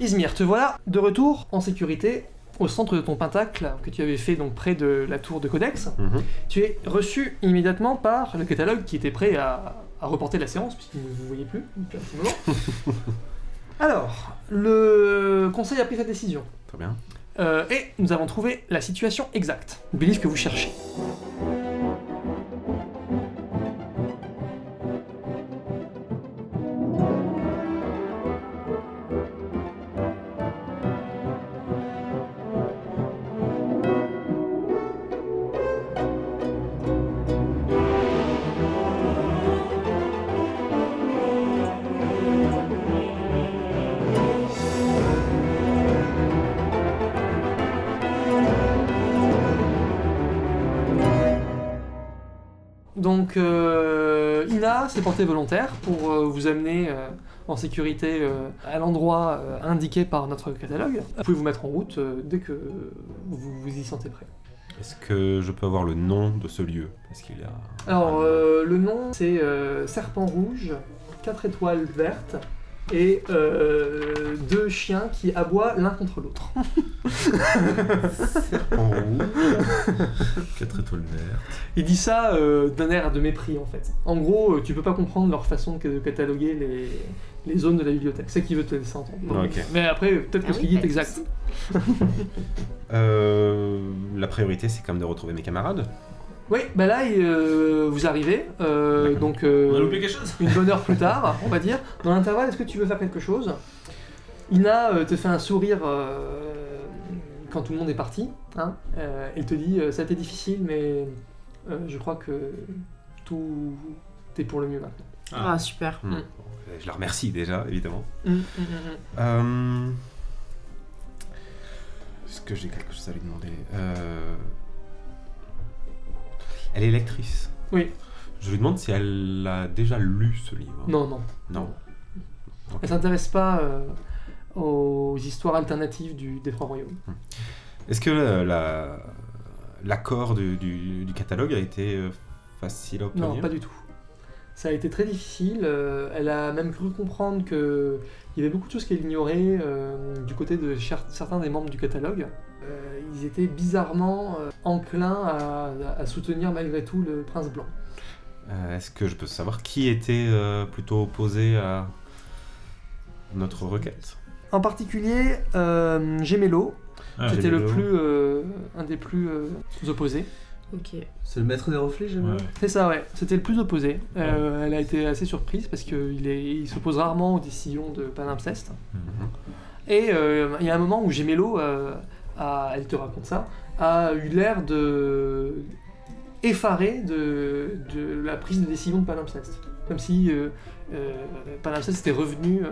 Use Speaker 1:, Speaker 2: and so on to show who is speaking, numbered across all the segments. Speaker 1: Izmir, te voilà de retour en sécurité au centre de ton pentacle que tu avais fait donc près de la tour de Codex.
Speaker 2: Mhm.
Speaker 1: Tu es reçu immédiatement par le catalogue qui était prêt à, à reporter la séance puisqu'il ne vous voyait plus depuis un petit moment. Alors, le conseil a pris sa décision.
Speaker 2: Très bien.
Speaker 1: Euh, et nous avons trouvé la situation exacte du livre que vous cherchez. Donc euh, Ina s'est portée volontaire pour euh, vous amener euh, en sécurité euh, à l'endroit euh, indiqué par notre catalogue. Vous pouvez vous mettre en route euh, dès que vous vous y sentez prêt.
Speaker 2: Est-ce que je peux avoir le nom de ce lieu Parce qu'il y a.
Speaker 1: Alors euh, le nom c'est euh, Serpent Rouge, 4 étoiles vertes et euh, deux chiens qui aboient l'un contre l'autre.
Speaker 2: En rouge. 4 étoiles vertes.
Speaker 1: Il dit ça euh, d'un air de mépris en fait. En gros, euh, tu peux pas comprendre leur façon que- de cataloguer les, les zones de la bibliothèque. C'est qu'il veut te laisser entendre.
Speaker 2: Ah, ok.
Speaker 1: Mais après, euh, peut-être que
Speaker 3: Ah
Speaker 1: ce
Speaker 3: oui,
Speaker 1: qu'il dit est
Speaker 3: pas de
Speaker 1: exact.
Speaker 3: souci.
Speaker 2: Euh, la priorité, c'est quand même de retrouver mes camarades.
Speaker 1: Oui, bah là, il, euh, vous arrivez. euh,
Speaker 2: D'accord.
Speaker 1: donc, euh,
Speaker 4: On a loupé quelque chose
Speaker 1: une bonne heure plus tard, on va dire. Dans l'intervalle, est-ce que tu veux faire quelque chose Ina euh, te fait un sourire euh, quand tout le monde est parti. hein. Euh, elle te dit euh, Ça a été difficile, mais euh, je crois que tout est pour le mieux maintenant.
Speaker 3: Ah,
Speaker 4: Ah.
Speaker 3: super.
Speaker 2: Hmm.
Speaker 1: Mm.
Speaker 2: Je la remercie déjà, évidemment.
Speaker 1: Hum, hum, hum, hum.
Speaker 2: Euh, Est-ce que j'ai quelque chose à lui demander Euh, Elle est lectrice.
Speaker 1: Oui.
Speaker 2: Je lui demande si elle a déjà lu ce livre.
Speaker 1: Non, non.
Speaker 2: Non.
Speaker 1: Elle s'intéresse pas euh, aux histoires alternatives du, des Trois Royaumes.
Speaker 2: Est-ce que euh, la- l'accord du, du- du catalogue a été euh, facile à obtenir
Speaker 1: Non, pas du tout. Ça a été très difficile. euh, elle a même cru comprendre qu'il y avait beaucoup de choses qu'elle ignorait euh, du côté de cher- certains des membres du catalogue. Euh, ils étaient bizarrement euh, enclins à, à soutenir malgré tout le prince blanc.
Speaker 2: Euh, Est-ce que je peux savoir qui était euh, plutôt opposé à notre requête
Speaker 1: En particulier, euh, Gemello,
Speaker 4: Ah,
Speaker 1: c'était le
Speaker 2: Gemello.
Speaker 1: plus, euh, un des plus euh, opposés.
Speaker 3: Ok.
Speaker 5: C'est le maître des reflets, j'aime
Speaker 4: Ouais.
Speaker 5: bien.
Speaker 1: C'est ça, ouais. C'était le plus opposé. Euh, Elle a été assez surprise parce qu'il il s'oppose rarement aux décisions de Palimpseste.
Speaker 2: Mhm.
Speaker 4: Mm-hmm.
Speaker 1: Et euh, il y a un moment où Gemello, euh, a- elle te raconte ça, a eu l'air de effaré de, de la prise de décision de Palimpseste. Comme si euh, euh, Palimpseste était revenu euh,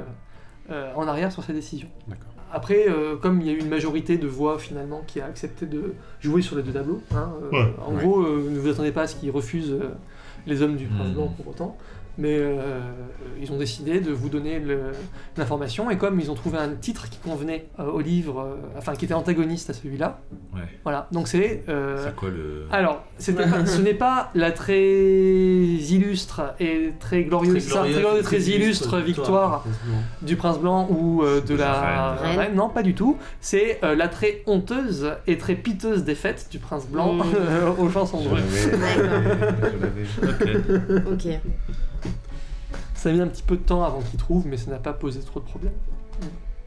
Speaker 1: euh, en arrière sur ses décisions.
Speaker 2: D'accord.
Speaker 1: Après, euh, comme il y a eu une majorité de voix finalement qui a accepté de jouer sur les deux tableaux, hein, euh,
Speaker 4: Ouais.
Speaker 1: en
Speaker 2: Ouais.
Speaker 1: gros, euh, ne vous attendez pas à ce qu'ils refusent euh, les hommes du prince
Speaker 4: Mhm.
Speaker 1: blanc pour autant, mais euh, ils ont décidé de vous donner le- l'information, et comme ils ont trouvé un titre qui convenait euh, au livre, euh, enfin qui était antagoniste à celui-là,
Speaker 4: Ouais.
Speaker 1: voilà, donc c'est... euh,
Speaker 4: C'est quoi le.
Speaker 1: alors, c'était pas- ce n'est pas la très illustre et très glorieuse, ça, très glorieuse, très illustre victoire du prince blanc ou euh, de
Speaker 4: De la
Speaker 1: la
Speaker 3: reine.
Speaker 1: reine. Non, pas du tout. C'est euh, la très honteuse et très piteuse défaite du prince blanc
Speaker 3: Mmh.
Speaker 1: aux chansons
Speaker 2: Je
Speaker 1: de
Speaker 2: l'avais- je l'avais-
Speaker 4: Ok.
Speaker 3: Ok.
Speaker 1: Ça a mis un petit peu de temps avant qu'il trouve, mais ça n'a pas posé trop de problèmes.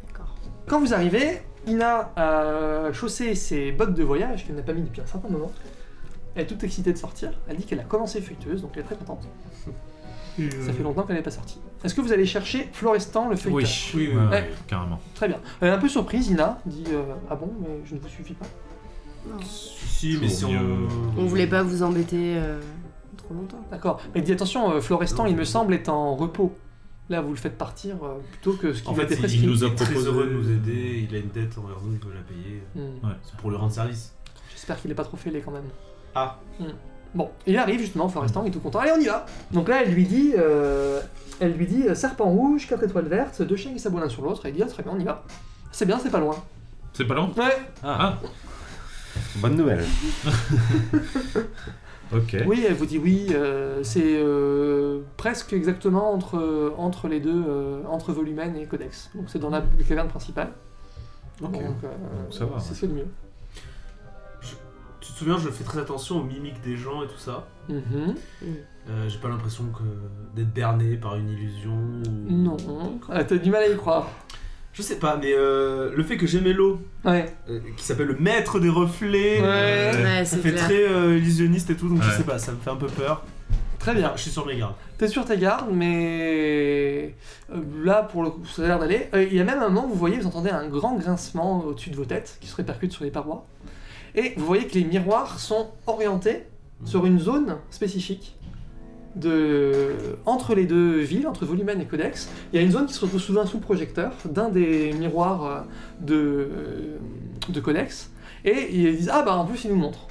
Speaker 3: D'accord.
Speaker 1: Quand vous arrivez, Ina a euh, chaussé ses bottes de voyage qu'elle n'a pas mis depuis un certain moment. Elle est toute excitée de sortir. Elle dit qu'elle a commencé feuilleteuse, donc elle est très contente.
Speaker 5: Mhm.
Speaker 1: Ça fait longtemps qu'elle n'est pas sortie. Est-ce que vous allez chercher Florestan le feuilleteur
Speaker 4: Oui,
Speaker 5: Oui, oui,
Speaker 4: ouais,
Speaker 5: oui.
Speaker 4: ouais, carrément.
Speaker 1: Très bien. Elle est un peu surprise, Ina. Dit euh, Ah bon, mais je ne vous suffis pas.
Speaker 4: Si,
Speaker 2: mais si on-
Speaker 3: On voulait pas vous embêter euh, trop longtemps.
Speaker 1: D'accord. Mais dis attention, euh, Florestan,
Speaker 2: Non.
Speaker 1: il me semble, est en repos. Là, vous le faites partir euh, plutôt que ce qui
Speaker 5: En
Speaker 1: m'a
Speaker 5: fait,
Speaker 1: été
Speaker 5: il-
Speaker 1: prescrit.
Speaker 5: il nous a proposé
Speaker 4: proposé-
Speaker 5: très heureux de nous aider. Il a une dette envers nous, il faut la payer.
Speaker 1: Hmm.
Speaker 4: Ouais.
Speaker 5: C'est pour le rendre service.
Speaker 1: J'espère qu'il n'est pas trop fêlé quand même.
Speaker 5: Ah.
Speaker 1: Hmm. Bon, il arrive justement, Florestan, il est tout content. Allez, on y va Donc là, elle lui dit, euh, elle lui dit euh, serpent rouge, quatre étoiles vertes, deux chiens qui s'aboient l'un sur l'autre. Elle dit ah, très bien, on y va. C'est bien, c'est pas loin.
Speaker 4: C'est pas long
Speaker 1: Ouais.
Speaker 2: Ah, bonne nouvelle. Ok.
Speaker 1: Oui, elle vous dit oui. euh, c'est euh, presque exactement entre, entre les deux, euh, entre Volumen et Codex. Donc c'est dans la caverne principale.
Speaker 2: Ok.
Speaker 1: Donc, euh,
Speaker 2: ça va,
Speaker 1: C'est
Speaker 2: ouais.
Speaker 1: ce qu'il y a de mieux.
Speaker 5: Tu te souviens, je fais très attention aux mimiques des gens et tout ça.
Speaker 1: Mhm.
Speaker 5: Euh, J'ai pas l'impression que d'être berné par une illusion. Ou...
Speaker 1: Non. Ah, T'as du mal à y croire.
Speaker 5: Je sais pas, mais euh, le fait que j'ai l'eau, euh,
Speaker 1: Ouais.
Speaker 5: qui s'appelle le maître des reflets,
Speaker 1: Ouais.
Speaker 5: euh,
Speaker 3: Ouais,
Speaker 5: ça
Speaker 3: c'est
Speaker 5: fait
Speaker 3: clair.
Speaker 5: très euh, illusionniste et tout, donc je
Speaker 4: Ouais.
Speaker 5: sais pas, ça me fait un peu peur.
Speaker 1: Très bien.
Speaker 5: Je suis sur mes gardes.
Speaker 1: T'es sur tes gardes, mais euh, là, pour le coup, ça a l'air d'aller. Euh, Il y a même un moment, vous voyez, vous entendez un grand grincement au-dessus de vos têtes qui se répercute sur les parois. Et vous voyez que les miroirs sont orientés sur une zone spécifique de... entre les deux villes, entre Volumen et Codex. Il y a une zone qui se retrouve sous un sous-projecteur d'un des miroirs euh, de, euh, de Codex. Et ils disent Ah bah en plus, ils nous montrent.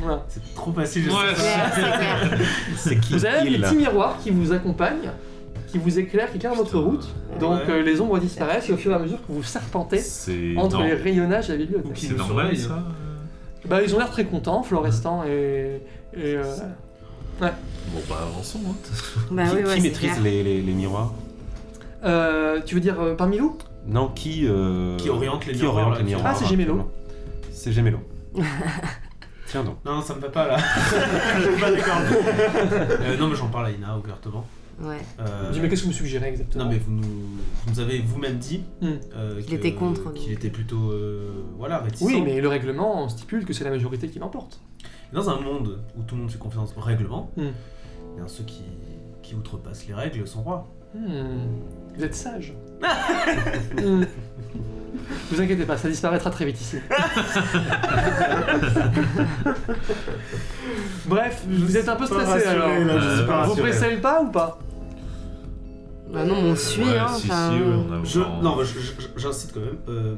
Speaker 1: Voilà.
Speaker 5: C'est trop facile, je
Speaker 4: Ouais.
Speaker 5: sais pas.
Speaker 3: Ouais, c'est clair.
Speaker 2: C'est qui
Speaker 1: Vous avez des
Speaker 2: il
Speaker 1: petits miroirs qui vous accompagnent, qui vous éclairent, qui éclairent votre route. Donc
Speaker 5: Ouais.
Speaker 1: euh, les ombres disparaissent et au fur et à mesure que vous serpentez
Speaker 2: C'est
Speaker 1: entre
Speaker 2: non.
Speaker 1: les rayonnages de la bibliothèque.
Speaker 5: Ok.
Speaker 4: C'est normal ça
Speaker 5: euh.
Speaker 1: Bah, ils ont l'air très contents, Florestan et. et, euh,
Speaker 4: Bon bah avançons. Hein.
Speaker 3: Bah
Speaker 2: Qui,
Speaker 3: oui,
Speaker 2: qui
Speaker 3: ouais, c'est
Speaker 2: maîtrise
Speaker 3: clair.
Speaker 2: les, les- les miroirs
Speaker 1: euh, tu veux dire euh, parmi nous
Speaker 2: Non, qui euh,
Speaker 5: Qui oriente les
Speaker 2: qui
Speaker 5: miroirs,
Speaker 2: oriente
Speaker 5: là,
Speaker 2: les
Speaker 5: actuellement.
Speaker 1: Ah,
Speaker 2: miroirs
Speaker 1: c'est Gemello.
Speaker 2: actuellement. C'est Gemello. Tiens donc.
Speaker 5: Non, non, ça me va pas là. je suis pas d'accord. Euh, non, mais j'en parle à Ina ouvertement.
Speaker 3: Ouais.
Speaker 5: Euh,
Speaker 1: Je dis, mais qu'est-ce que vous me suggérez exactement
Speaker 5: non, mais vous nous, vous nous avez vous-même dit
Speaker 1: Hmm.
Speaker 5: euh,
Speaker 3: Qu'il
Speaker 5: que-
Speaker 3: était contre,
Speaker 5: Qu'il
Speaker 3: nous.
Speaker 5: était plutôt. euh, voilà, réticent.
Speaker 1: Oui, mais le règlement stipule que c'est la majorité qui l'emporte.
Speaker 5: Dans un monde où tout le monde fait confiance au règlement,
Speaker 1: Hmm.
Speaker 5: eh bien, ceux qui, qui outrepassent les règles sont rois.
Speaker 1: Hmm, Vous êtes sage. Hmm. Vous inquiétez pas, ça disparaîtra très vite ici. Bref, vous êtes un peu
Speaker 5: suis pas
Speaker 1: stressé
Speaker 5: rassuré,
Speaker 1: alors.
Speaker 5: là,
Speaker 4: je suis pas
Speaker 1: vous
Speaker 5: rassuré.
Speaker 1: pressez le pas ou pas
Speaker 3: Bah non, mais on suit,
Speaker 4: ouais,
Speaker 3: hein.
Speaker 4: si,
Speaker 3: enfin,
Speaker 4: si, ouais, on avance.
Speaker 5: Je, non, mais je- je- j'incite quand même. euh,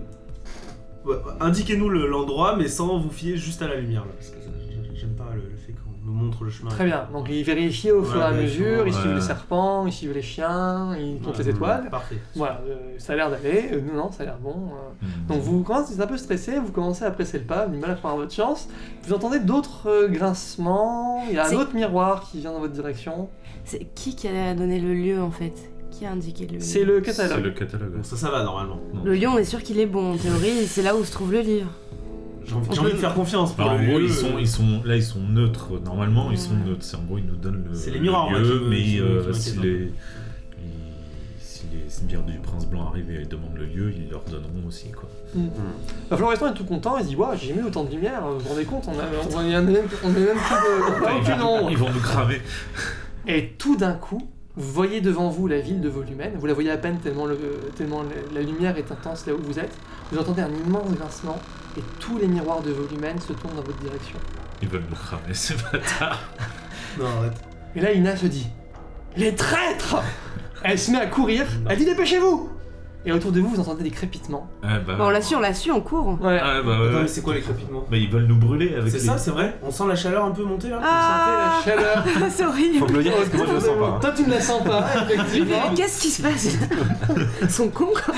Speaker 5: ouais, Indiquez-nous le- l'endroit, mais sans vous fier juste à la lumière. Là, parce que ça, je- j'aime pas le, le fait qu'on nous montre le chemin.
Speaker 1: Très bien. Donc ils vérifient au fur et à
Speaker 5: Ouais, ouais,
Speaker 1: mesure, ils
Speaker 4: ouais.
Speaker 1: suivent les serpents, ils suivent les chiens, ils comptent les
Speaker 5: Ouais,
Speaker 1: étoiles.
Speaker 5: Parfait.
Speaker 1: Voilà, euh, ça a l'air d'aller. Euh, non, non, ça a l'air bon. euh.
Speaker 4: Hmm.
Speaker 1: Donc vous commencez à être un peu stressé, vous commencez à presser le pas, du mal à croire à votre chance. Vous entendez d'autres euh, grincements, il y a un
Speaker 3: C'est-
Speaker 1: autre miroir qui vient dans votre direction.
Speaker 3: C'est qui qui a donné le lieu en fait Qui a indiqué le lieu
Speaker 1: C'est le
Speaker 4: C'est
Speaker 1: catalogue.
Speaker 4: le catalogue. ouais.
Speaker 5: Donc ça, ça va normalement.
Speaker 3: Le lieu, on est sûr qu'il est bon en théorie, et c'est là où se trouve le livre.
Speaker 5: J'ai envie, j'ai envie de faire confiance. pour
Speaker 4: Bah, en
Speaker 5: le
Speaker 4: gros,
Speaker 5: lieu. euh, Hmm.
Speaker 4: ils sont, ils sont, là, ils sont neutres. Normalement, ils sont
Speaker 3: Ouais.
Speaker 4: neutres. C'est en gros, ils nous donnent le.
Speaker 5: C'est les
Speaker 4: le
Speaker 5: miroirs, ouais,
Speaker 4: lieu,
Speaker 5: qui me-
Speaker 4: mais
Speaker 5: qui me-
Speaker 4: euh,
Speaker 5: qui
Speaker 4: si,
Speaker 5: m'inquiètent,
Speaker 4: les, ils- si les sbires du prince blanc arrivent et demandent le lieu, ils leur donneront aussi quoi.
Speaker 1: Bah, Florestan est tout content, il se dit Waouh, j'ai mis autant de lumière, euh, vous vous rendez compte, on, a, on, est même, on est même plus de- on
Speaker 5: Oh,
Speaker 1: a aucune ombre.
Speaker 4: Ils vont nous cramer.
Speaker 1: Et tout d'un coup, vous voyez devant vous la ville de Volumen, vous la voyez à peine tellement, le- tellement le- la lumière est intense là où vous êtes. Vous entendez un immense grincement et tous les miroirs de Volumen se tournent dans votre direction.
Speaker 4: Ils veulent nous cramer, c'est pas.
Speaker 5: Non, arrête.
Speaker 1: Et là, Ina se dit Les traîtres Elle se met à courir, elle dit Dépêchez-vous Et autour de vous, vous entendez des crépitements.
Speaker 4: Ah bah.
Speaker 3: Bah, on l'a su, on l'a su, on court.
Speaker 1: Ouais.
Speaker 4: Ah bah
Speaker 5: Attends,
Speaker 4: ouais. ouais.
Speaker 5: Euh, mais c'est quoi les crépitements
Speaker 4: Bah, ils veulent nous brûler avec
Speaker 5: C'est
Speaker 4: les-
Speaker 5: ça, c'est vrai On sent la chaleur un peu monter là
Speaker 3: Ah
Speaker 1: Vous sentez la chaleur
Speaker 3: C'est horrible
Speaker 2: Faut me le dire parce que moi je le sens pas. hein.
Speaker 1: Toi, tu ne la sens pas, effectivement.
Speaker 3: Mais Qu'est-ce qui se passe Ils sont cons quoi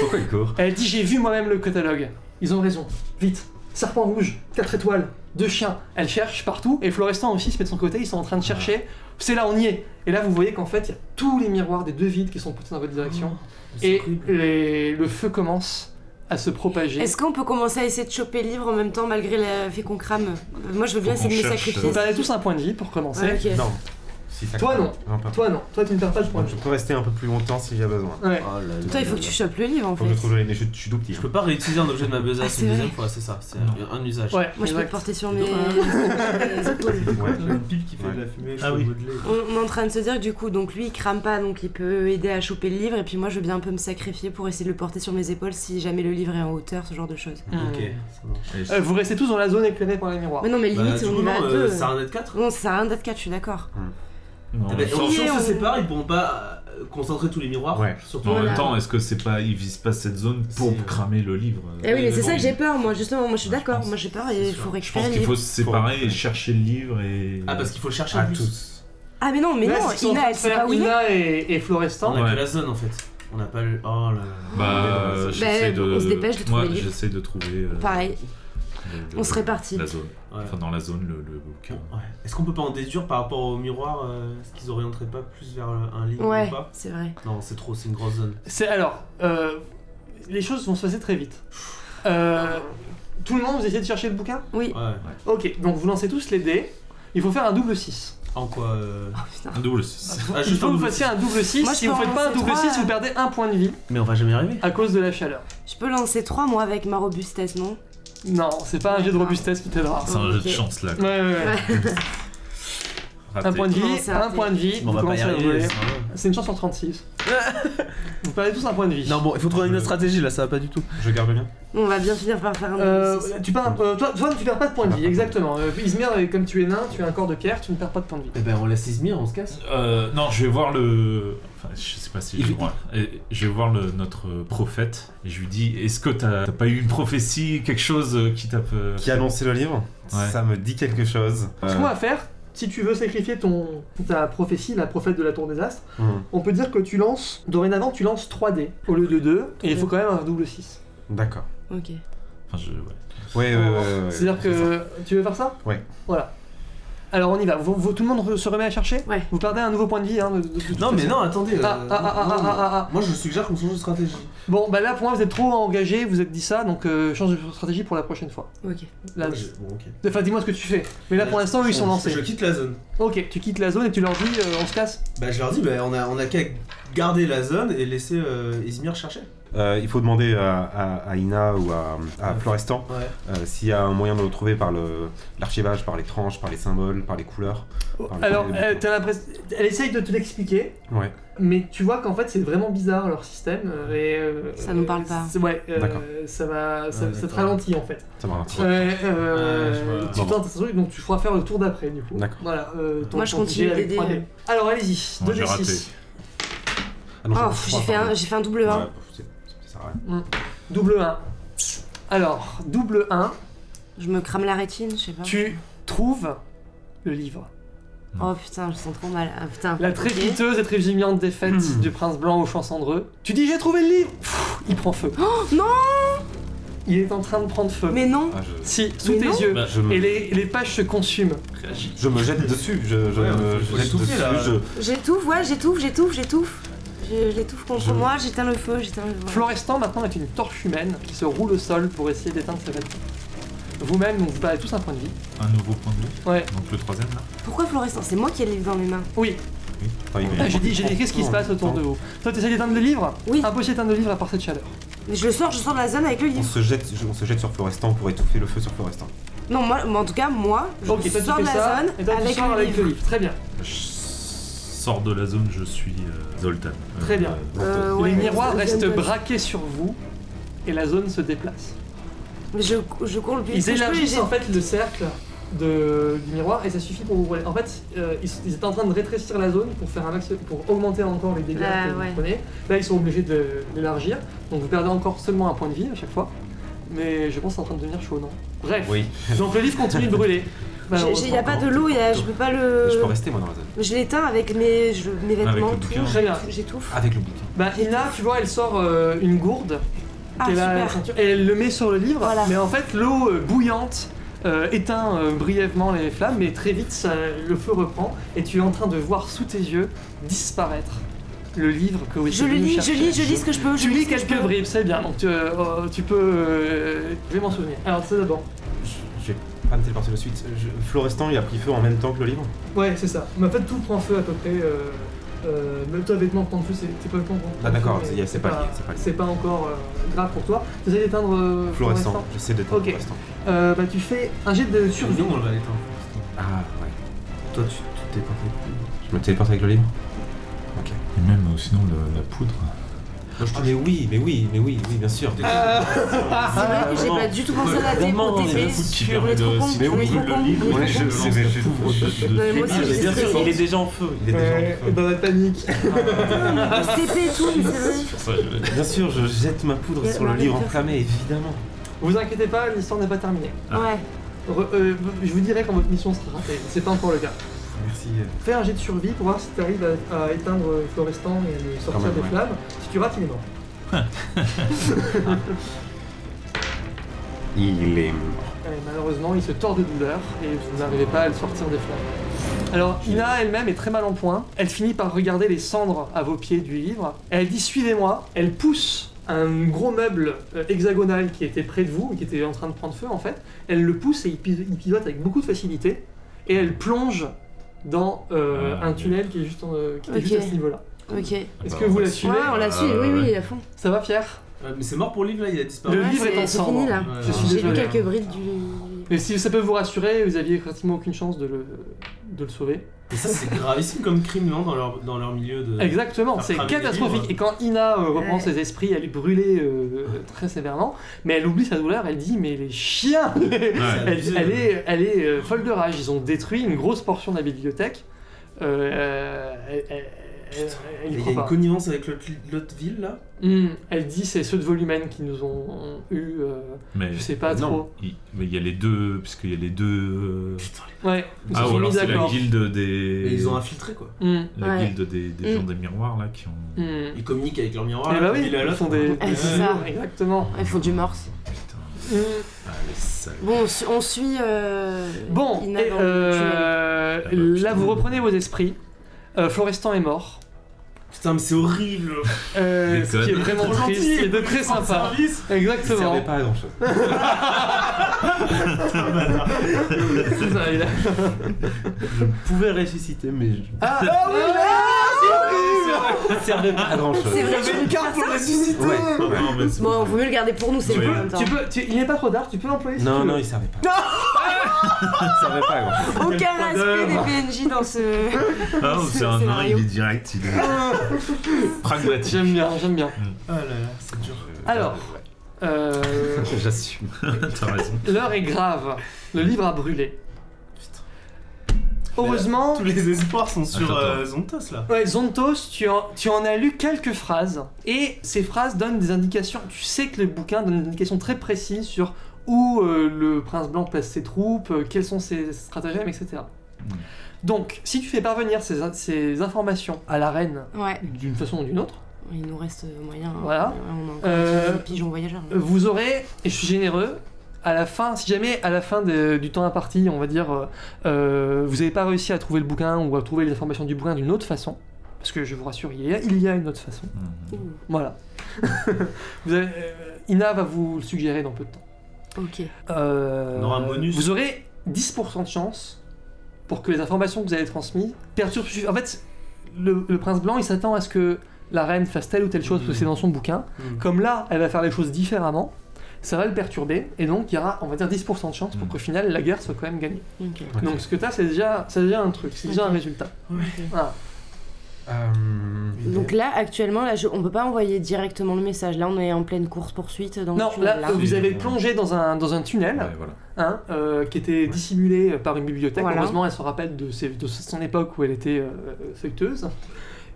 Speaker 2: Pourquoi il court
Speaker 1: Elle dit J'ai vu moi-même le catalogue. Ils ont raison. Vite. Serpent rouge, 4 étoiles, deux chiens. Elle cherche partout et Florestan aussi se met de son côté. Ils sont en train de chercher. C'est là, on y est. Et là, vous voyez qu'en fait, il y a tous les miroirs des deux vides qui sont poussés dans votre direction.
Speaker 2: Oh,
Speaker 1: et les- le feu commence à se propager.
Speaker 3: Est-ce qu'on peut commencer à essayer de choper le livre en même temps malgré le fait qu'on crame Euh, Moi je veux bien
Speaker 4: Faut qu'on
Speaker 3: essayer de me
Speaker 4: cherche,
Speaker 3: sacrifier.
Speaker 4: euh,
Speaker 1: Vous perdez tous un point de vie pour commencer.
Speaker 3: Ah, ok.
Speaker 2: Non. Si ça
Speaker 1: Toi,
Speaker 2: court,
Speaker 1: non.
Speaker 2: un peu.
Speaker 1: Toi, non. Toi, tu ne perds pas de point de
Speaker 2: Je
Speaker 1: vie.
Speaker 2: peux rester un peu plus longtemps si j'ai besoin.
Speaker 1: Ouais.
Speaker 4: Oh
Speaker 3: Toi il faut que tu chopes le livre en
Speaker 2: Faut
Speaker 3: fait.
Speaker 2: que je trouve les- mais je je suis tout petit.
Speaker 5: Je peux pas réutiliser un objet de ma besace
Speaker 3: Ah, c'est
Speaker 5: une deuxième
Speaker 3: vrai.
Speaker 5: fois, c'est ça. C'est
Speaker 4: Non.
Speaker 5: un usage.
Speaker 1: Ouais,
Speaker 3: Moi je peux
Speaker 1: exact.
Speaker 3: te porter sur mes. mes épaules.
Speaker 2: Ouais.
Speaker 5: J'ai une pipe qui fait de la fumée, je
Speaker 4: Ah
Speaker 5: peux
Speaker 4: oui.
Speaker 5: modeler.
Speaker 3: On on est en train de se dire que du coup, donc lui il crame pas, donc il peut aider à choper le livre, et puis moi je veux bien un peu me sacrifier pour essayer de le porter sur mes épaules si jamais le livre est en hauteur, ce genre de choses.
Speaker 1: Hmm.
Speaker 5: Ok, ça marche.
Speaker 4: Et je-
Speaker 1: Euh, vous restez tous dans la zone éclairée par les miroirs.
Speaker 3: Mais non, mais
Speaker 5: Bah,
Speaker 3: limite
Speaker 5: du
Speaker 3: on
Speaker 5: coup,
Speaker 3: y va à
Speaker 5: non,
Speaker 3: deux.
Speaker 5: euh, ça a un net 4
Speaker 3: Non, ça sert à rien d'être 4, je suis d'accord.
Speaker 4: Non,
Speaker 5: Ah bah,
Speaker 3: on-
Speaker 5: on- Si on
Speaker 3: on-
Speaker 5: se sépare, ils pourront pas euh, concentrer tous les miroirs.
Speaker 2: Ouais.
Speaker 5: Surtout
Speaker 4: Mais en
Speaker 3: Voilà.
Speaker 4: même temps, est-ce que c'est pas ils visent pas cette zone pour
Speaker 5: C'est- euh,
Speaker 4: cramer le livre
Speaker 3: Eh oui, mais c'est
Speaker 4: Bon,
Speaker 3: ça que j'ai peur, moi justement, moi je suis
Speaker 4: Ouais, je
Speaker 3: d'accord,
Speaker 4: pense.
Speaker 3: moi j'ai peur
Speaker 5: C'est
Speaker 3: et il
Speaker 5: sûr.
Speaker 3: faut
Speaker 4: Je
Speaker 3: récupérer
Speaker 4: pense
Speaker 3: le
Speaker 4: qu'il
Speaker 3: livre.
Speaker 4: faut se séparer et chercher le livre et.
Speaker 5: Ah, parce qu'il faut le chercher
Speaker 2: À
Speaker 5: en plus.
Speaker 2: tous.
Speaker 3: Ah, mais non, mais
Speaker 1: Là,
Speaker 3: non,
Speaker 1: ce qu'ils sont en
Speaker 3: Ina
Speaker 1: train
Speaker 3: elle
Speaker 1: de
Speaker 3: sait
Speaker 1: faire,
Speaker 3: pas où il est.
Speaker 1: Ina et, et Florestan.
Speaker 5: On a
Speaker 4: Ouais.
Speaker 5: que la zone en fait. On n'a pas le. Oh là là.
Speaker 4: Bah, euh, j'essaie
Speaker 3: on
Speaker 4: de.
Speaker 3: se dépêche de
Speaker 4: Moi,
Speaker 3: trouver le livre.
Speaker 4: j'essaie de trouver. euh,
Speaker 3: Pareil.
Speaker 4: le- le-
Speaker 3: On se répartit.
Speaker 4: La zone.
Speaker 5: Ouais.
Speaker 4: Enfin, dans la zone, le, le bouquin.
Speaker 5: Ouais. Est-ce qu'on peut pas en déduire par rapport au miroir euh, Est-ce qu'ils orienteraient pas plus vers euh, un lit
Speaker 3: Ouais,
Speaker 5: ou pas
Speaker 3: c'est vrai.
Speaker 5: Non, c'est trop, c'est une grosse zone.
Speaker 1: C'est alors, euh, les choses vont se passer très vite. Euh, tout le monde, vous essayez de chercher le bouquin
Speaker 3: Oui.
Speaker 5: Ouais.
Speaker 1: Ok, donc vous lancez tous les dés. Il faut faire un double 6.
Speaker 5: En quoi euh...
Speaker 3: Oh putain.
Speaker 4: Un double 6.
Speaker 5: Ah,
Speaker 1: Il
Speaker 5: juste
Speaker 1: faut
Speaker 5: un
Speaker 1: que vous
Speaker 5: double-
Speaker 1: fassiez un double 6.
Speaker 3: Moi, je
Speaker 1: si vous
Speaker 3: peux en
Speaker 1: faites pas un
Speaker 3: lancer
Speaker 1: double
Speaker 3: trois,
Speaker 1: 6, vous perdez un point de vie
Speaker 5: Mais on va jamais y arriver.
Speaker 1: à cause de la chaleur.
Speaker 3: Je peux lancer 3 moi avec ma robustesse, non
Speaker 1: Non, c'est pas un jeu de robustesse qui t'aidera.
Speaker 4: C'est un jeu
Speaker 3: Ok.
Speaker 4: de chance là.
Speaker 1: Ouais, ouais, ouais.
Speaker 4: Raté.
Speaker 1: Un point de
Speaker 3: Comment
Speaker 1: vie,
Speaker 3: c'est
Speaker 1: un
Speaker 3: raté
Speaker 1: point de vie.
Speaker 5: Mais on
Speaker 1: vous
Speaker 5: va pas y
Speaker 1: commencez à
Speaker 5: arriver.
Speaker 1: voler.
Speaker 5: c'est pas grave.
Speaker 1: C'est une chance sur 36. vous perdez tous un point de vie.
Speaker 5: Non, bon, il faut trouver une
Speaker 4: Je-
Speaker 5: autre stratégie là, ça va pas du tout.
Speaker 2: Je garde le mien.
Speaker 3: On va bien finir par faire un
Speaker 1: Euh,
Speaker 3: double six.
Speaker 1: tu perds, euh, toi, toi, tu perds pas de points de vie, exactement. Euh, Izmir, comme tu es nain, tu as un corps de pierre, tu ne perds pas de points de vie.
Speaker 5: Eh ben, on laisse Izmir, on se casse.
Speaker 4: Euh, non, je vais voir le. Enfin, je sais pas si j'ai
Speaker 5: Il-
Speaker 4: le droit. Et Je vais voir le- notre prophète et je lui dis Est-ce que t'as t'as pas eu une prophétie, quelque chose euh, qui t'a. euh,
Speaker 2: Qui a lancé le livre
Speaker 4: Ouais.
Speaker 2: Ça me dit quelque chose.
Speaker 1: Ce qu'on va faire, si tu veux sacrifier ton, ta prophétie, la prophète de la tour des astres,
Speaker 2: Hmm,
Speaker 1: on peut dire que tu lances, dorénavant, tu lances 3 dés au lieu de 2, et il faut quand même un double 6.
Speaker 2: D'accord.
Speaker 3: Ok.
Speaker 4: Enfin, je.
Speaker 2: Ouais,
Speaker 4: Ouais.
Speaker 2: ouais, ouais. ouais, ouais.
Speaker 1: C'est-à-dire que. Tu veux faire ça
Speaker 2: Ouais.
Speaker 1: Voilà. Alors on y va. Vous- vous- tout le monde re- se remet à chercher
Speaker 3: Ouais.
Speaker 1: Vous perdez un nouveau point de vie. Hein, de- de- de- de-
Speaker 5: Non, mais non, attendez. euh,
Speaker 1: Ah, ah, ah, ah,
Speaker 5: non,
Speaker 1: ah, ah, ah.
Speaker 5: Moi, je suggère qu'on change de stratégie.
Speaker 1: Bon, bah là pour moi vous êtes trop engagé, vous êtes dit ça, donc euh, change de stratégie pour la prochaine fois.
Speaker 3: Ok.
Speaker 1: Là,
Speaker 5: Ouais, je- Bon, ok.
Speaker 1: Enfin, dis-moi ce que tu fais. Mais là pour l'instant, eux, ils sont
Speaker 5: Je-
Speaker 1: lancés.
Speaker 5: Je quitte la zone.
Speaker 1: Ok, tu quittes la zone et tu leur dis euh, on se casse.
Speaker 5: Bah, je leur dis, bah, on a, on a qu'à garder la zone et laisser euh, Izmir chercher.
Speaker 2: Euh, il faut demander à, à- à Ina ou à, à Florestan
Speaker 5: Ouais.
Speaker 2: euh, s'il y a un moyen de le trouver par le- l'archivage, par les tranches, par les symboles, par les couleurs. Par le
Speaker 1: Alors,
Speaker 2: premier
Speaker 1: euh,
Speaker 2: bouton.
Speaker 1: t'as l'impression- elle essaye de te l'expliquer,
Speaker 2: Ouais.
Speaker 1: Mais tu vois qu'en fait c'est vraiment bizarre leur système euh, et euh,
Speaker 3: Ça nous parle pas.
Speaker 1: c'est- Ouais, euh,
Speaker 2: D'accord.
Speaker 1: ça va, ça,
Speaker 5: Ouais,
Speaker 1: ça te
Speaker 5: d'accord.
Speaker 1: ralentit en fait.
Speaker 2: Ça va.
Speaker 1: Ouais, euh,
Speaker 5: Ouais, je vois.
Speaker 1: tu tentes ce truc, donc tu feras faire le tour d'après du coup.
Speaker 2: D'accord.
Speaker 1: Voilà. euh, ton-
Speaker 3: Moi, je
Speaker 1: ton
Speaker 3: continue
Speaker 1: jet avec
Speaker 3: d'aider,
Speaker 1: trois dés.
Speaker 3: euh.
Speaker 1: Alors allez-y.
Speaker 4: Moi,
Speaker 1: deux
Speaker 4: j'ai
Speaker 1: des
Speaker 4: raté.
Speaker 1: six.
Speaker 2: Ah non,
Speaker 3: Oh,
Speaker 2: je- je
Speaker 3: j'ai
Speaker 2: crois
Speaker 3: fait,
Speaker 2: pas.
Speaker 3: un, hein. j'ai fait un double 1.
Speaker 2: Ouais, c'est- ça sert à rien.
Speaker 1: Double 1. Alors double 1,
Speaker 3: Je me crame la rétine, je sais pas.
Speaker 1: tu trouves le livre.
Speaker 3: Oh putain, je sens trop mal. Ah, putain.
Speaker 1: La
Speaker 3: Ok.
Speaker 1: trépiteuse et trépidante défaite
Speaker 2: Hmm.
Speaker 1: du prince blanc au champ cendreux. Tu dis j'ai trouvé le livre. Pfff, il prend feu.
Speaker 3: Oh, non
Speaker 1: Il est en train de prendre feu.
Speaker 3: Mais non
Speaker 2: Ah, je-
Speaker 1: Si, sous
Speaker 3: Mais
Speaker 1: tes
Speaker 3: non.
Speaker 1: yeux.
Speaker 4: Bah,
Speaker 2: je me-
Speaker 1: Et les, les pages se consument.
Speaker 4: Réagis.
Speaker 2: Je me jette dessus, je, je
Speaker 5: Ouais,
Speaker 2: me
Speaker 5: faut- faut
Speaker 2: jette
Speaker 5: souffler,
Speaker 2: dessus,
Speaker 5: là.
Speaker 2: je-
Speaker 3: J'étouffe, ouais, j'étouffe, j'étouffe, j'étouffe. Je, je l'étouffe contre
Speaker 2: Je-
Speaker 3: moi, j'éteins le feu, j'éteins le feu.
Speaker 1: Florestan maintenant est une torche humaine qui se roule au sol pour essayer d'éteindre sa fatigue. Vous-même, donc, vous perdez tous un point de vie.
Speaker 4: Un nouveau point de vie.
Speaker 1: Ouais.
Speaker 4: Donc le troisième là.
Speaker 3: Pourquoi Florestan C'est moi qui ai le livre dans mes mains.
Speaker 1: Oui, Ah,
Speaker 2: Attends, il-
Speaker 1: j'ai dit, j'ai dit, qu'est-ce qui se passe autour de vous Toi, t'essayes d'éteindre le livre
Speaker 3: Oui.
Speaker 1: Impossible d'éteindre le livre à part cette chaleur.
Speaker 3: Mais je le sors, je sors de la zone avec le
Speaker 2: On
Speaker 3: livre.
Speaker 2: se, jette, je- on se jette sur Florestan pour étouffer le feu sur Florestan.
Speaker 3: Non, moi, moi, en tout cas, moi, je
Speaker 1: ok, toi, tu
Speaker 3: sors
Speaker 1: fais
Speaker 3: de la
Speaker 1: ça,
Speaker 3: zone
Speaker 1: et toi, tu
Speaker 3: avec
Speaker 1: sors
Speaker 3: le
Speaker 1: avec le
Speaker 3: livre.
Speaker 1: livre. Très bien.
Speaker 4: Je sors de la zone, je suis euh, Zoltan. Euh,
Speaker 1: Très bien.
Speaker 3: Euh, ouais.
Speaker 1: Les miroirs
Speaker 3: je- je-
Speaker 1: restent
Speaker 3: je-
Speaker 1: braqués sur vous et la zone se déplace.
Speaker 3: Mais je, je cours le plus vite
Speaker 1: Ils
Speaker 3: que je peux et
Speaker 1: élargissent
Speaker 3: j'ai-
Speaker 1: en fait le cercle de- du miroir et ça suffit pour vous voler. En fait, euh, ils, ils étaient en train de rétrécir la zone pour faire un maxi- pour augmenter encore les dégâts
Speaker 3: Ah,
Speaker 1: que vous
Speaker 3: ouais.
Speaker 1: prenez. Là, ils sont obligés de l'élargir, donc vous perdez encore seulement un point de vie à chaque fois. Mais je pense que c'est en train de devenir chaud, non Bref.
Speaker 2: Oui.
Speaker 1: Donc le livre continue de brûler.
Speaker 3: j'ai- j'ai- y a pas de l'eau, y a- je peux pas le.
Speaker 2: Je peux rester moi dans la zone.
Speaker 3: Je l'éteins avec mes, je- mes
Speaker 4: Avec
Speaker 3: vêtements,
Speaker 4: le
Speaker 3: tout.
Speaker 4: bouquin.
Speaker 1: Très bien.
Speaker 3: J'étouffe.
Speaker 2: Avec le bouquin.
Speaker 1: Bah, Ina, tu vois, elle sort euh, une gourde
Speaker 3: Ah,
Speaker 1: qu'elle a à la
Speaker 3: super.
Speaker 1: ceinture, et elle le met sur le livre.
Speaker 3: Voilà.
Speaker 1: Mais en fait, l'eau euh, bouillante euh, éteint euh, brièvement les flammes, mais très vite, ça- le feu reprend et tu es en train de voir sous tes yeux disparaître le livre que vous
Speaker 3: Je
Speaker 1: étiez
Speaker 3: le
Speaker 1: venu
Speaker 3: lis, je
Speaker 1: chercher.
Speaker 3: lis, je lis ce que je peux. je
Speaker 1: Tu lis
Speaker 3: ce que je
Speaker 1: quelques
Speaker 3: peux.
Speaker 1: bribes, c'est bien, donc tu, euh, euh, tu peux. euh, je vais m'en souvenir. Alors, ça d'abord.
Speaker 2: Je, je vais pas me téléporter de suite. Je- Florestan, il a pris feu en même temps que le livre.
Speaker 1: Ouais, c'est ça. Mais en fait, tout prend feu à peu près. Euh, euh, même toi, vêtements prend feu, c'est c'est pas le temps.
Speaker 2: Ah, d'accord,
Speaker 1: mais
Speaker 2: c'est- c'est pas lié, c'est pas lié.
Speaker 1: C'est pas encore euh, grave pour toi. Tu essaies d'éteindre euh,
Speaker 2: Florestan,
Speaker 1: Florestan.
Speaker 2: j'essaie d'être
Speaker 1: Ok.
Speaker 2: Florestan.
Speaker 1: Euh, bah, tu fais un jet de survie.
Speaker 5: Survivre, on va l'éteindre.
Speaker 2: Ah ouais.
Speaker 5: Toi, tu tu t'es porté.
Speaker 2: Je me téléporte avec le livre
Speaker 4: Et même euh, sinon le- la poudre.
Speaker 2: Ah mais oui, mais oui, mais oui, oui, bien sûr.
Speaker 5: euh.
Speaker 3: Ah, C'est vrai que j'ai pas du tout pensé à la dé
Speaker 2: Vraiment,
Speaker 3: pour
Speaker 2: c'est
Speaker 3: t'aider
Speaker 2: la
Speaker 4: poudre qui
Speaker 3: sur
Speaker 4: permet
Speaker 3: les
Speaker 4: de-
Speaker 3: trompons.
Speaker 4: si
Speaker 2: tu
Speaker 3: les
Speaker 2: brûles le
Speaker 3: trompons,
Speaker 4: livre,
Speaker 3: les
Speaker 2: Ouais,
Speaker 3: trompons.
Speaker 2: je-
Speaker 4: lance
Speaker 2: c'est-
Speaker 4: la
Speaker 2: je-
Speaker 4: poudre au-dessus de-
Speaker 3: Non, mais moi aussi,
Speaker 2: Ah, mais
Speaker 3: j'ai
Speaker 2: bien
Speaker 3: stressé.
Speaker 2: sûr, il est déjà en feu. Il est
Speaker 1: Ouais,
Speaker 2: déjà en feu.
Speaker 3: bah-
Speaker 1: dans la panique.
Speaker 2: Ah.
Speaker 3: On se TP et tout, mais Ah, c'est vrai.
Speaker 4: Pour ça, je-
Speaker 2: Bien sûr, je jette ma poudre
Speaker 3: Il y a-
Speaker 2: sur le
Speaker 3: non, mais
Speaker 2: livre
Speaker 3: bah, bien sûr.
Speaker 2: enflammé, évidemment.
Speaker 1: vous inquiétez pas, l'histoire n'est pas terminée.
Speaker 4: Ah.
Speaker 3: Ouais.
Speaker 1: Re- euh, je vous dirai quand votre mission sera ratée. C'est pas encore le cas.
Speaker 2: Merci.
Speaker 1: Fais un jet de survie pour voir si tu arrives à, à éteindre Florestan et à le sortir
Speaker 2: Quand même,
Speaker 1: des
Speaker 2: ouais.
Speaker 1: flammes. Si tu rates, il est mort.
Speaker 2: Il est mort.
Speaker 1: Et malheureusement, il se tord de douleur et vous n'arrivez pas à le sortir des flammes. Alors, Ina elle-même est très mal en point. Elle finit par regarder les cendres à vos pieds du livre. Elle dit Suivez-moi. Elle pousse un gros meuble euh, hexagonal qui était près de vous, qui était en train de prendre feu en fait. Elle le pousse et il pi- il pivote avec beaucoup de facilité. Et elle plonge dans euh,
Speaker 4: Ah,
Speaker 1: un
Speaker 4: ok.
Speaker 1: tunnel qui est juste, en- euh, qui était
Speaker 3: Ok.
Speaker 1: juste à ce niveau-là.
Speaker 3: Ok.
Speaker 1: Est-ce
Speaker 4: Bah,
Speaker 1: que
Speaker 4: on
Speaker 1: vous
Speaker 4: va
Speaker 1: la
Speaker 4: le
Speaker 1: suivez
Speaker 3: Ouais, on l'a su,
Speaker 4: Ah,
Speaker 3: oui,
Speaker 4: ouais,
Speaker 3: oui,
Speaker 4: ouais.
Speaker 3: à fond.
Speaker 1: Ça va, Pierre
Speaker 5: Euh, mais c'est mort pour le livre là, il a disparu.
Speaker 1: Le
Speaker 3: Ouais,
Speaker 1: livre est
Speaker 3: c'est-
Speaker 1: en
Speaker 3: c'est
Speaker 1: cendres.
Speaker 3: fini, là.
Speaker 1: Je suis
Speaker 3: J'ai vu
Speaker 1: désolé.
Speaker 3: quelques brides du.
Speaker 1: Mais si ça peut vous rassurer, vous aviez pratiquement aucune chance de le, de le sauver.
Speaker 5: Et ça, c'est gravissime comme crime, non dans leur, dans leur milieu de.
Speaker 1: Exactement,
Speaker 5: Faire
Speaker 1: c'est
Speaker 5: cramer les
Speaker 1: catastrophique.
Speaker 5: livres.
Speaker 1: Et quand Ina euh, reprend
Speaker 3: Ouais.
Speaker 1: ses esprits, elle est brûlée euh, très sévèrement, mais elle oublie sa douleur, elle dit Mais les chiens
Speaker 5: C'est
Speaker 1: elle,
Speaker 5: abusé.
Speaker 1: elle est, elle est euh, folle de rage. Ils ont détruit une grosse portion de la bibliothèque. Euh, euh, elle, elle- elle- elle y
Speaker 5: Il y a
Speaker 1: croit
Speaker 5: une
Speaker 1: pas.
Speaker 5: connivence avec l'autre l'autre ville là
Speaker 1: Hmm, elle dit c'est ceux de Volumen qui nous ont, ont eu. euh,
Speaker 4: Mais
Speaker 1: je sais pas
Speaker 4: non,
Speaker 1: trop.
Speaker 4: il- mais il y a les deux, parce qu'il y a les deux. euh,
Speaker 1: Ouais, ils se
Speaker 4: Ah,
Speaker 1: sont
Speaker 4: ou alors
Speaker 1: mis
Speaker 4: c'est la
Speaker 1: d'accord.
Speaker 4: guilde des.
Speaker 5: Mais ils ont infiltré quoi.
Speaker 1: Hmm,
Speaker 4: La
Speaker 3: Ouais.
Speaker 4: guilde des, des gens
Speaker 3: Mm.
Speaker 4: des miroirs là qui ont.
Speaker 1: hmm.
Speaker 5: Ils communiquent avec leur miroir.
Speaker 1: Eh
Speaker 5: là,
Speaker 1: bah
Speaker 5: de
Speaker 1: oui,
Speaker 5: ville Ah, à
Speaker 1: ils
Speaker 5: l'autre. hein.
Speaker 1: font des, des
Speaker 3: Ah, c'est ça.
Speaker 1: ciseaux, exactement.
Speaker 3: Ils font du morse.
Speaker 4: Putain,
Speaker 1: Hmm.
Speaker 4: ah, les salauds.
Speaker 3: Bon, on, su- on suit. euh,
Speaker 1: Bon,
Speaker 3: Ina
Speaker 1: et,
Speaker 3: dans le tunnel.
Speaker 1: euh,
Speaker 4: Ah bah,
Speaker 1: là
Speaker 4: putain.
Speaker 1: vous reprenez vos esprits. Euh, Florestan est mort.
Speaker 5: Putain, mais c'est horrible.
Speaker 1: Euh, ce qui est
Speaker 4: Déconne.
Speaker 1: vraiment
Speaker 5: Trop
Speaker 1: triste
Speaker 5: gentil,
Speaker 1: et de très
Speaker 5: prendre
Speaker 1: sympa.
Speaker 5: service.
Speaker 2: Il servait
Speaker 1: Exactement.
Speaker 2: pas à grand chose.
Speaker 1: C'est ça, il a-
Speaker 2: Je pouvais ressusciter, mais je...
Speaker 1: Ah, ah oui, ah, c'est horrible
Speaker 2: il servait pas à grand chose.
Speaker 3: C'est vrai, je peux
Speaker 5: pour ressusciter.
Speaker 4: Non, non, mais c'est
Speaker 3: Bon,
Speaker 4: bon.
Speaker 3: vaut mieux le garder pour nous, c'est
Speaker 4: Tu
Speaker 3: le
Speaker 4: peux-
Speaker 3: en même temps.
Speaker 1: Tu peux, tu- il n'est pas trop tard, tu peux l'employer si
Speaker 2: Non,
Speaker 1: tu
Speaker 2: non,
Speaker 1: veux.
Speaker 2: il servait pas. il servait pas à grand chose.
Speaker 3: Aucun
Speaker 5: Quel
Speaker 3: respect des PNJ dans ce.
Speaker 4: Ah,
Speaker 3: ce
Speaker 4: c'est un nain,
Speaker 3: scénario.
Speaker 4: il est direct, il est. Pragmatique.
Speaker 1: J'aime bien, j'aime bien.
Speaker 5: Ah là là, c'est dur.
Speaker 1: Alors. Euh,
Speaker 2: Ouais. J'assume.
Speaker 4: T'as raison.
Speaker 1: L'heure est grave. Le livre a brûlé. Heureusement,
Speaker 5: Tous les espoirs sont sur
Speaker 4: Attends, attends.
Speaker 5: euh, Zontas là.
Speaker 1: ouais, Zontos, tu en, tu en as lu quelques phrases. Et ces phrases donnent des indications. Tu sais que le bouquin donne des indications très précises sur où euh, le prince blanc place ses troupes, euh, quels sont ses stratagèmes, etc.
Speaker 4: Mm.
Speaker 1: Donc, si tu fais parvenir ces, in- ces informations à la reine
Speaker 3: Ouais,
Speaker 1: d'une façon ou d'une autre,
Speaker 3: il nous reste euh, moyen. hein.
Speaker 1: Voilà.
Speaker 3: Ouais, On a encore
Speaker 1: Euh,
Speaker 3: des pigeons voyageurs. là.
Speaker 1: vous aurez, et je suis généreux, à la fin, si jamais à la fin de- du temps imparti, on va dire, euh, euh, vous n'avez pas réussi à trouver le bouquin ou à trouver les informations du bouquin d'une autre façon, parce que je vous rassure, il y a, il y a une autre façon.
Speaker 4: Mm.
Speaker 3: Ouh,
Speaker 1: Voilà. Vous avez- euh, Ina va vous le suggérer dans peu de temps.
Speaker 3: Ok.
Speaker 1: Euh,
Speaker 5: On aura un bonus.
Speaker 1: Vous aurez 10% de chance pour que les informations que vous avez transmises perturbent. En fait, le, le prince blanc, il s'attend à ce que la reine fasse telle ou telle chose parce que c'est dans son bouquin. Comme là, elle va faire les choses différemment, ça va le perturber, et donc il y aura, on va dire, 10% de chance pour
Speaker 4: Mm.
Speaker 1: qu'au final, la guerre soit quand même gagnée.
Speaker 3: Ok.
Speaker 1: Donc ce que t'as, c'est déjà, c'est déjà un truc, c'est déjà un résultat. Voilà.
Speaker 2: Euh,
Speaker 3: Donc là, actuellement, là, je- on peut pas envoyer directement le message. Là, on est en pleine course poursuite dans
Speaker 1: Non,
Speaker 3: le tunnel.
Speaker 1: là,
Speaker 3: Là.
Speaker 1: euh, vous
Speaker 4: C'est-
Speaker 1: avez plongé dans un, dans un tunnel,
Speaker 4: Ouais, voilà.
Speaker 1: hein, euh, qui était dissimulé par une bibliothèque.
Speaker 3: Voilà.
Speaker 1: Heureusement, elle se rappelle de, ses- de son époque où elle était euh, feuilleteuse.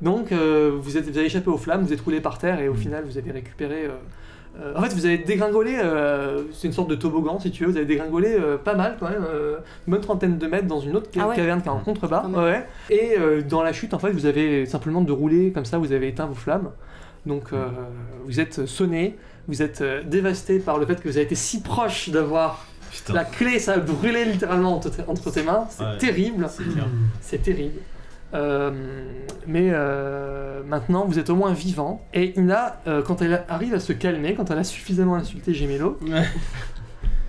Speaker 1: Donc euh, vous, êtes, vous avez échappé aux flammes, vous êtes roulé par terre, et au
Speaker 4: Mm.
Speaker 1: final, vous avez récupéré... euh, euh, en fait, vous avez dégringolé, euh, c'est une sorte de toboggan si tu veux, vous avez dégringolé euh, pas mal quand même, euh, une bonne trentaine de mètres dans une autre ca-
Speaker 3: Ah ouais.
Speaker 1: caverne qui est en contrebas.
Speaker 3: Quand même.
Speaker 1: Ouais. Et euh, dans la chute, en fait, vous avez simplement de rouler comme ça, vous avez éteint vos flammes. Donc
Speaker 3: Mm.
Speaker 1: euh, vous êtes sonné, vous êtes euh, dévasté par le fait que vous avez été si proche d'avoir
Speaker 4: Putain.
Speaker 1: la clé, ça a brûlé littéralement entre, entre tes mains. C'est
Speaker 5: Ouais.
Speaker 1: terrible,
Speaker 5: C'est clair.
Speaker 1: c'est terrible. Euh, mais euh, maintenant, vous êtes au moins vivant. Et Ina, euh, quand elle arrive à se calmer, quand elle a suffisamment insulté Gemello,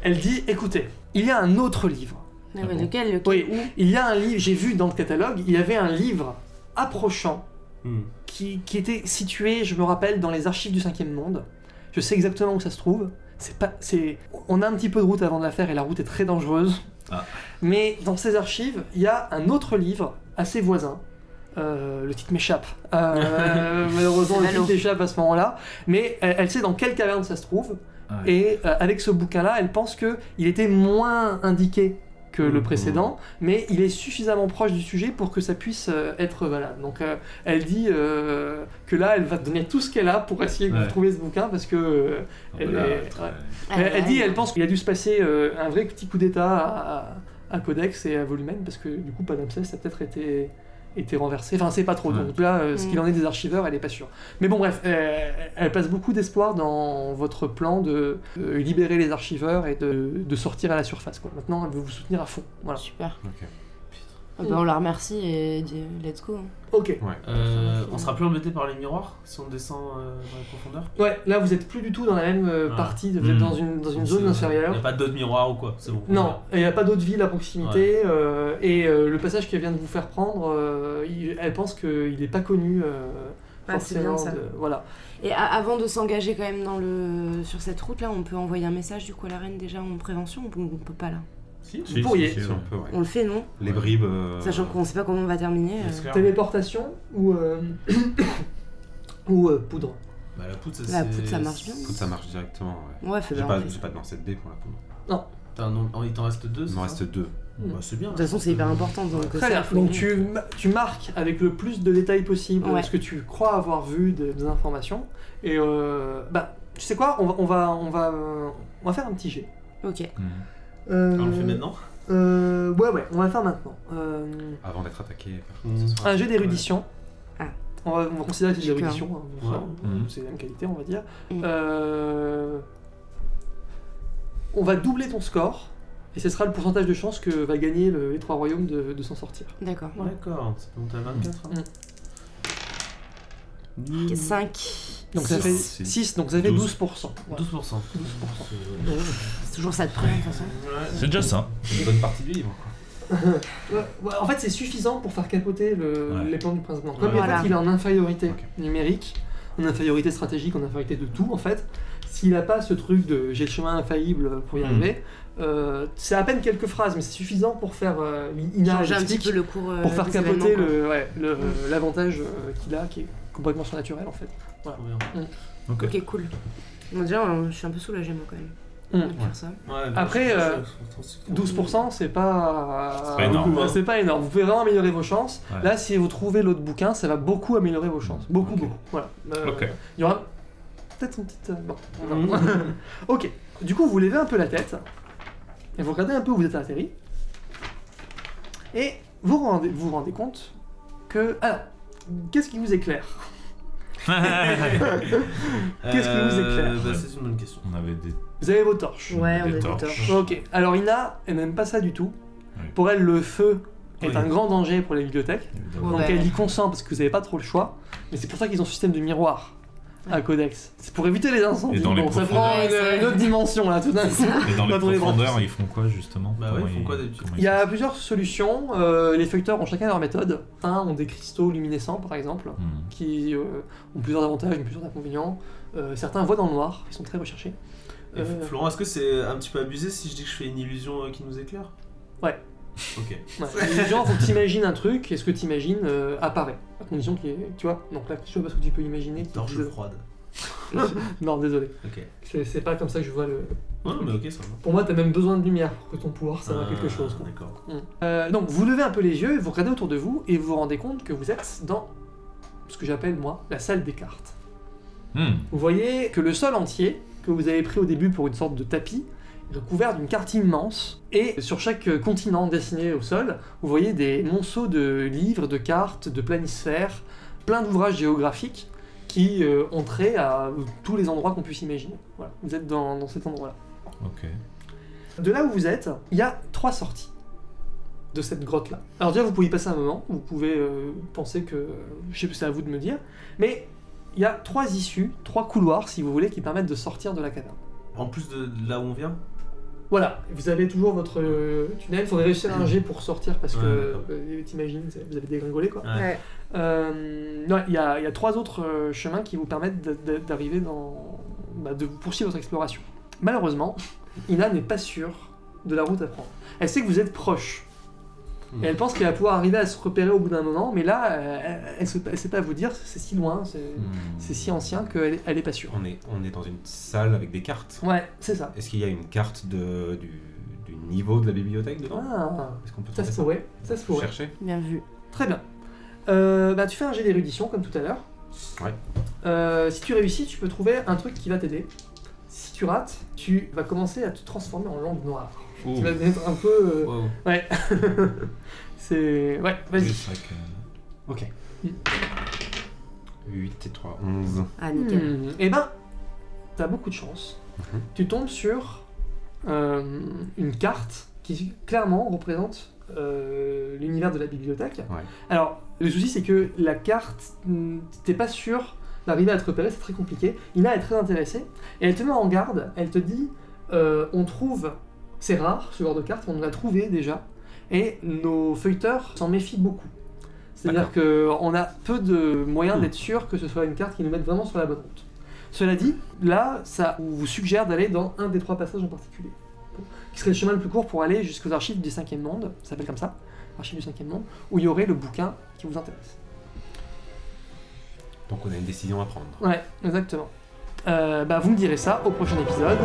Speaker 1: elle dit Écoutez, il y a un autre livre.
Speaker 3: Ah ouais, lequel, lequel
Speaker 1: Oui, il y a un livre. J'ai vu dans le catalogue, il y avait un livre approchant
Speaker 5: Hmm.
Speaker 1: qui, qui était situé, je me rappelle, dans les archives du Cinquième Monde. Je sais exactement où ça se trouve. C'est pas, c'est, on a un petit peu de route avant de la faire et la route est très dangereuse.
Speaker 4: Ah.
Speaker 1: Mais dans ces archives, il y a un autre livre assez voisin. Euh, le titre m'échappe. Euh, malheureusement,
Speaker 3: C'est
Speaker 1: le
Speaker 3: ballot.
Speaker 1: titre m'échappe à ce moment-là. Mais elle, elle sait dans quelle caverne ça se trouve.
Speaker 4: Ah ouais.
Speaker 1: Et euh, avec ce bouquin-là, elle pense que il était moins indiqué que le
Speaker 4: Mmh.
Speaker 2: Mhm.
Speaker 1: précédent, mais il est suffisamment proche du sujet pour que ça puisse euh, être valable. Donc euh, elle dit euh, que là, elle va donner tout ce qu'elle a pour essayer de
Speaker 4: Ouais.
Speaker 1: trouver ce bouquin parce que euh,
Speaker 4: Ah,
Speaker 1: elle
Speaker 4: voilà,
Speaker 1: est-
Speaker 4: très-
Speaker 3: Ah,
Speaker 1: elle, elle
Speaker 3: ouais.
Speaker 1: dit, elle pense qu'il a dû se passer euh, un vrai petit coup d'état à, à- à Codex et à Volumen parce que du coup, Madame Cesse a peut-être été été renversée. Enfin, c'est pas trop. Donc là, euh, ce
Speaker 3: Mm.
Speaker 1: qu'il en est des archiveurs, elle est pas sûre. Mais bon, bref, euh, elle place beaucoup d'espoir dans votre plan de euh, libérer les archiveurs et de, de sortir à la surface. Quoi. Maintenant, elle veut vous soutenir à fond. Voilà.
Speaker 3: Super.
Speaker 2: Ok.
Speaker 3: Ah bah, on la remercie et dit let's go.
Speaker 1: Ok.
Speaker 5: Euh, on sera plus embêté par les miroirs si on descend euh, dans les profondeurs
Speaker 1: Ouais, là, vous êtes plus du tout dans la même euh,
Speaker 5: Ah.
Speaker 1: partie. Vous êtes
Speaker 4: Mm.
Speaker 1: dans une, dans une zone
Speaker 5: Il
Speaker 1: inférieure.
Speaker 5: n'y a pas d'autres miroirs ou quoi, c'est bon.
Speaker 1: Non, il n'y a pas d'autre ville à proximité. euh, et euh, le passage qu'elle vient de vous faire prendre, euh, il- elle pense qu'il n'est pas connu. euh,
Speaker 3: Ah, c'est bien,
Speaker 1: forcément
Speaker 3: ça.
Speaker 1: de- voilà.
Speaker 3: Et a- avant de s'engager quand même dans le sur cette route là, on peut envoyer un message du coup à la reine déjà en prévention ou on peut pas là
Speaker 1: Si, vous
Speaker 4: Si, si,
Speaker 1: pourriez.
Speaker 4: si.
Speaker 2: C'est un peu, ouais.
Speaker 3: On le fait non
Speaker 2: Les bribes. euh,
Speaker 3: Sachant qu'on sait pas comment on va terminer. euh.
Speaker 5: L'esclave.
Speaker 1: Téléportation ou, euh, ou euh, poudre.
Speaker 5: Bah, la poudre, ça,
Speaker 3: La
Speaker 5: c'est-
Speaker 3: poudre, ça marche bien.
Speaker 2: Faut que ça marche directement. ouais.
Speaker 3: Ouais, fait
Speaker 2: J'ai
Speaker 3: bien.
Speaker 2: pas,
Speaker 3: on fait
Speaker 2: j'ai
Speaker 3: ça.
Speaker 2: pas de lancer de dés pour la poudre.
Speaker 5: T'as un nom- Il t'en reste deux
Speaker 2: Il
Speaker 5: c'est
Speaker 2: m'en
Speaker 5: ça
Speaker 2: reste deux.
Speaker 5: Bah, c'est bien.
Speaker 3: De toute façon, c'est hyper important donc
Speaker 1: Très
Speaker 3: ça,
Speaker 1: bien.
Speaker 3: faut-
Speaker 1: Donc tu, ma- tu marques avec le plus de détails possible
Speaker 3: Ouais.
Speaker 1: ce que tu crois avoir vu des, des informations. Et euh, bah, tu sais quoi on va, on, va, on, va, euh, on va faire un petit jet.
Speaker 3: OK.
Speaker 4: Mhm.
Speaker 1: Euh,
Speaker 5: Ah, On le fait maintenant
Speaker 1: euh, Ouais, ouais, on va le faire maintenant. Euh,
Speaker 2: Avant d'être attaqué. par
Speaker 5: Mm.
Speaker 3: euh,
Speaker 2: contre, ce soir.
Speaker 1: Un jeu d'érudition.
Speaker 3: Ah.
Speaker 1: On va, on va considérer que c'est de
Speaker 3: D'accord.
Speaker 1: l'érudition. hein,
Speaker 5: Ouais.
Speaker 1: enfin,
Speaker 4: Mhm.
Speaker 1: C'est la même qualité, on va dire.
Speaker 3: Mhm.
Speaker 1: Euh, On va doubler ton score. Et ce sera le pourcentage de chance que va gagner le- les trois royaumes de, de s'en sortir.
Speaker 3: D'accord.
Speaker 5: Ouais, D'accord, c'est monté à 24. hein.
Speaker 3: 5.
Speaker 1: Donc ça
Speaker 2: Six.
Speaker 1: fait
Speaker 2: Six.
Speaker 1: 6, donc ça fait 12%.
Speaker 4: 12.
Speaker 1: Voilà.
Speaker 5: 12%.
Speaker 3: C'est toujours ça de près de toute façon.
Speaker 4: C'est déjà ça.
Speaker 2: Une bonne partie du livre.
Speaker 1: Ouais, ouais, en fait, c'est suffisant pour faire capoter le-
Speaker 4: Ouais.
Speaker 1: les plans du prince blanc. Comme
Speaker 5: Ouais.
Speaker 1: en
Speaker 3: Voilà.
Speaker 1: fait, il est en infériorité
Speaker 2: Ok.
Speaker 1: numérique, en infériorité stratégique, en infériorité de tout, en fait, s'il n'a pas ce truc de j'ai le chemin infaillible pour y
Speaker 4: Mm.
Speaker 1: arriver, euh, c'est à peine quelques phrases, mais c'est suffisant pour faire euh, Ina
Speaker 3: Changer un petit
Speaker 1: explique,
Speaker 3: peu le cours euh,
Speaker 1: pour faire
Speaker 3: des
Speaker 1: capoter
Speaker 3: événements, quoi.
Speaker 1: le- ouais, le- l'avantage euh, qu'il a, qui est complètement surnaturel, en fait.
Speaker 5: Trop bien.
Speaker 4: Ok.
Speaker 3: Ok, cool. Bon, déjà, euh, je suis un peu soulagée, moi, quand même.
Speaker 1: Mm.
Speaker 3: de faire ça.
Speaker 5: Ouais,
Speaker 1: Après,
Speaker 5: bah,
Speaker 1: euh, 12%, c'est pas...
Speaker 4: pas énorme.
Speaker 1: beaucoup, hein. C'est pas énorme. Vous pouvez vraiment améliorer vos chances.
Speaker 4: Ouais.
Speaker 1: Là, si vous trouvez l'autre bouquin, ça va beaucoup améliorer vos chances. Beaucoup,
Speaker 4: Ok.
Speaker 1: beaucoup. Voilà. Euh,
Speaker 4: Ok.
Speaker 1: Il y aura peut-être une petite... euh, bon, on verra. ok. Du coup, vous levez un peu la tête. Et vous regardez un peu où vous êtes atterri. Et vous rendez, vous vous rendez compte que... Alors, qu'est-ce qui vous éclaire Qu'est-ce qui vous éclaire
Speaker 5: Euh, bah, C'est une bonne question.
Speaker 4: On avait des.
Speaker 1: Vous avez vos torches.
Speaker 3: Ouais, on
Speaker 4: des
Speaker 3: a des
Speaker 4: torches.
Speaker 3: torches.
Speaker 1: Ok. Alors, Ina, elle n'aime pas ça du tout.
Speaker 4: Oui.
Speaker 1: Pour elle, le feu est
Speaker 5: Oui.
Speaker 1: un grand danger pour les bibliothèques.
Speaker 4: évidemment.
Speaker 1: Donc
Speaker 3: Ouais.
Speaker 1: elle y consent parce que vous n'avez pas trop le choix. Mais c'est pour ça qu'ils ont ce système de miroir à Codex. C'est pour éviter les incendies.
Speaker 4: Et dans les
Speaker 1: bon, ça prend
Speaker 4: profondeurs.
Speaker 1: une,
Speaker 3: Ouais, c'est-
Speaker 1: une autre dimension là tout d'un coup.
Speaker 4: Et dans les
Speaker 1: Pas dans les
Speaker 4: profondeurs,
Speaker 1: branches.
Speaker 4: ils font quoi justement
Speaker 5: Bah ouais, ils font quoi d'habitude
Speaker 4: d'habitude
Speaker 1: Il y a plusieurs solutions. Euh, les facteurs ont chacun leur méthode. Un ont des cristaux luminescents par exemple, qui euh, ont plusieurs avantages, mais plusieurs inconvénients. Euh, certains voient dans le noir, ils sont très recherchés.
Speaker 5: Et
Speaker 1: Euh,
Speaker 5: Florent, est-ce que c'est un petit peu abusé si je dis que je fais une illusion euh, qui nous éclaire
Speaker 1: Ouais.
Speaker 5: Ok.
Speaker 1: Ouais. Les gens, faut que t'imagines un truc et ce que t'imagines euh, apparaît. À condition qu'il y ait, tu vois, donc là, je sais pas ce que tu peux imaginer. qui
Speaker 5: Torche
Speaker 1: dise-
Speaker 5: froide.
Speaker 1: Non, désolé.
Speaker 5: Ok.
Speaker 1: C'est c'est pas comme ça que je vois le,
Speaker 5: Non, non, mais ok, ça va.
Speaker 1: Pour moi, t'as même besoin de lumière pour que ton pouvoir serve à
Speaker 5: Ah,
Speaker 1: quelque chose. quoi.
Speaker 5: D'accord.
Speaker 1: Euh, donc, vous levez un peu les yeux, vous regardez autour de vous et vous vous rendez compte que vous êtes dans ce que j'appelle moi la salle des cartes.
Speaker 4: Mm.
Speaker 1: Vous voyez que le sol entier que vous avez pris au début pour une sorte de tapis est recouvert d'une carte immense et sur chaque continent dessiné au sol, vous voyez des monceaux de livres, de cartes, de planisphères, plein d'ouvrages géographiques qui euh, ont trait à tous les endroits qu'on puisse imaginer. Voilà, vous êtes dans- dans cet endroit-là.
Speaker 4: Ok.
Speaker 1: De là où vous êtes, il y a trois sorties de cette grotte-là. Alors déjà, vous pouvez y passer un moment, vous pouvez euh, penser que... Je sais pas, c'est à vous de me dire. Mais il y a trois issues, trois couloirs, si vous voulez, qui permettent de sortir de la caverne.
Speaker 5: En plus de de là où on vient
Speaker 1: Voilà, vous avez toujours votre euh, tunnel, il faudrait réussir un jet pour sortir parce que,
Speaker 5: Ouais, d'accord.
Speaker 1: euh, t'imagines, c'est- vous avez dégringolé quoi.
Speaker 5: Ouais.
Speaker 1: Euh, non, il y, a il y a trois autres euh, chemins qui vous permettent d'a- d'a- d'arriver dans... bah, de poursuivre votre exploration. Malheureusement, Ina n'est pas sûre de la route à prendre. Elle sait que vous êtes proche.
Speaker 5: Hmm.
Speaker 1: Et elle pense qu'elle va pouvoir arriver à se repérer au bout d'un moment, mais là, euh, elle- elle ne sait pas vous dire, c'est si loin, c'est
Speaker 2: Mm.
Speaker 5: Hmm.
Speaker 1: c'est si ancien qu'elle n'est pas sûre.
Speaker 2: On est, on est dans une salle avec des cartes.
Speaker 1: Ouais, c'est ça.
Speaker 2: Est-ce qu'il y a une carte de, du, du niveau de la bibliothèque dedans
Speaker 1: Ah,
Speaker 2: Est-ce qu'on peut
Speaker 1: ça
Speaker 2: trouver
Speaker 1: se pourrait, ça se pourrait.
Speaker 2: Chercher
Speaker 3: Bien vu.
Speaker 1: Très bien. Euh, bah, tu fais un jet d'érudition comme tout à l'heure.
Speaker 2: Ouais.
Speaker 1: Euh, si tu réussis, tu peux trouver un truc qui va t'aider. Si tu rates, tu vas commencer à te transformer en langue noire. Tu vas être un peu. euh,
Speaker 5: Wow.
Speaker 1: Ouais. C'est. Ouais, vas-y.
Speaker 4: Oui, c'est vrai que-
Speaker 2: Ok.
Speaker 1: Mm.
Speaker 2: 8 et 3, 11.
Speaker 3: Ah, nickel.
Speaker 1: Et ben, t'as beaucoup de chance.
Speaker 2: Mhm.
Speaker 1: Tu tombes sur euh, une carte qui clairement représente euh, l'univers de la bibliothèque.
Speaker 2: Ouais.
Speaker 1: Alors, le souci, c'est que la carte, hmm, t'es pas sûr d'arriver à te repérer, c'est très compliqué. Ina est très intéressée, et elle te met en garde, elle te dit, euh, on trouve, c'est rare ce genre de carte, on l'a trouvé déjà, et nos feuilleteurs s'en méfient beaucoup. C'est-à-dire qu'on a peu de moyens
Speaker 2: Hmm.
Speaker 1: d'être sûr que ce soit une carte qui nous mette vraiment sur la bonne route. Cela dit, là, ça vous suggère d'aller dans un des trois passages en particulier, qui serait le chemin le plus court pour aller jusqu'aux archives du cinquième monde, ça s'appelle comme ça, archives du cinquième monde, où il y aurait le bouquin qui vous intéresse.
Speaker 2: Donc on a une décision à prendre.
Speaker 1: Ouais, exactement. Euh, bah, vous me direz ça au prochain épisode.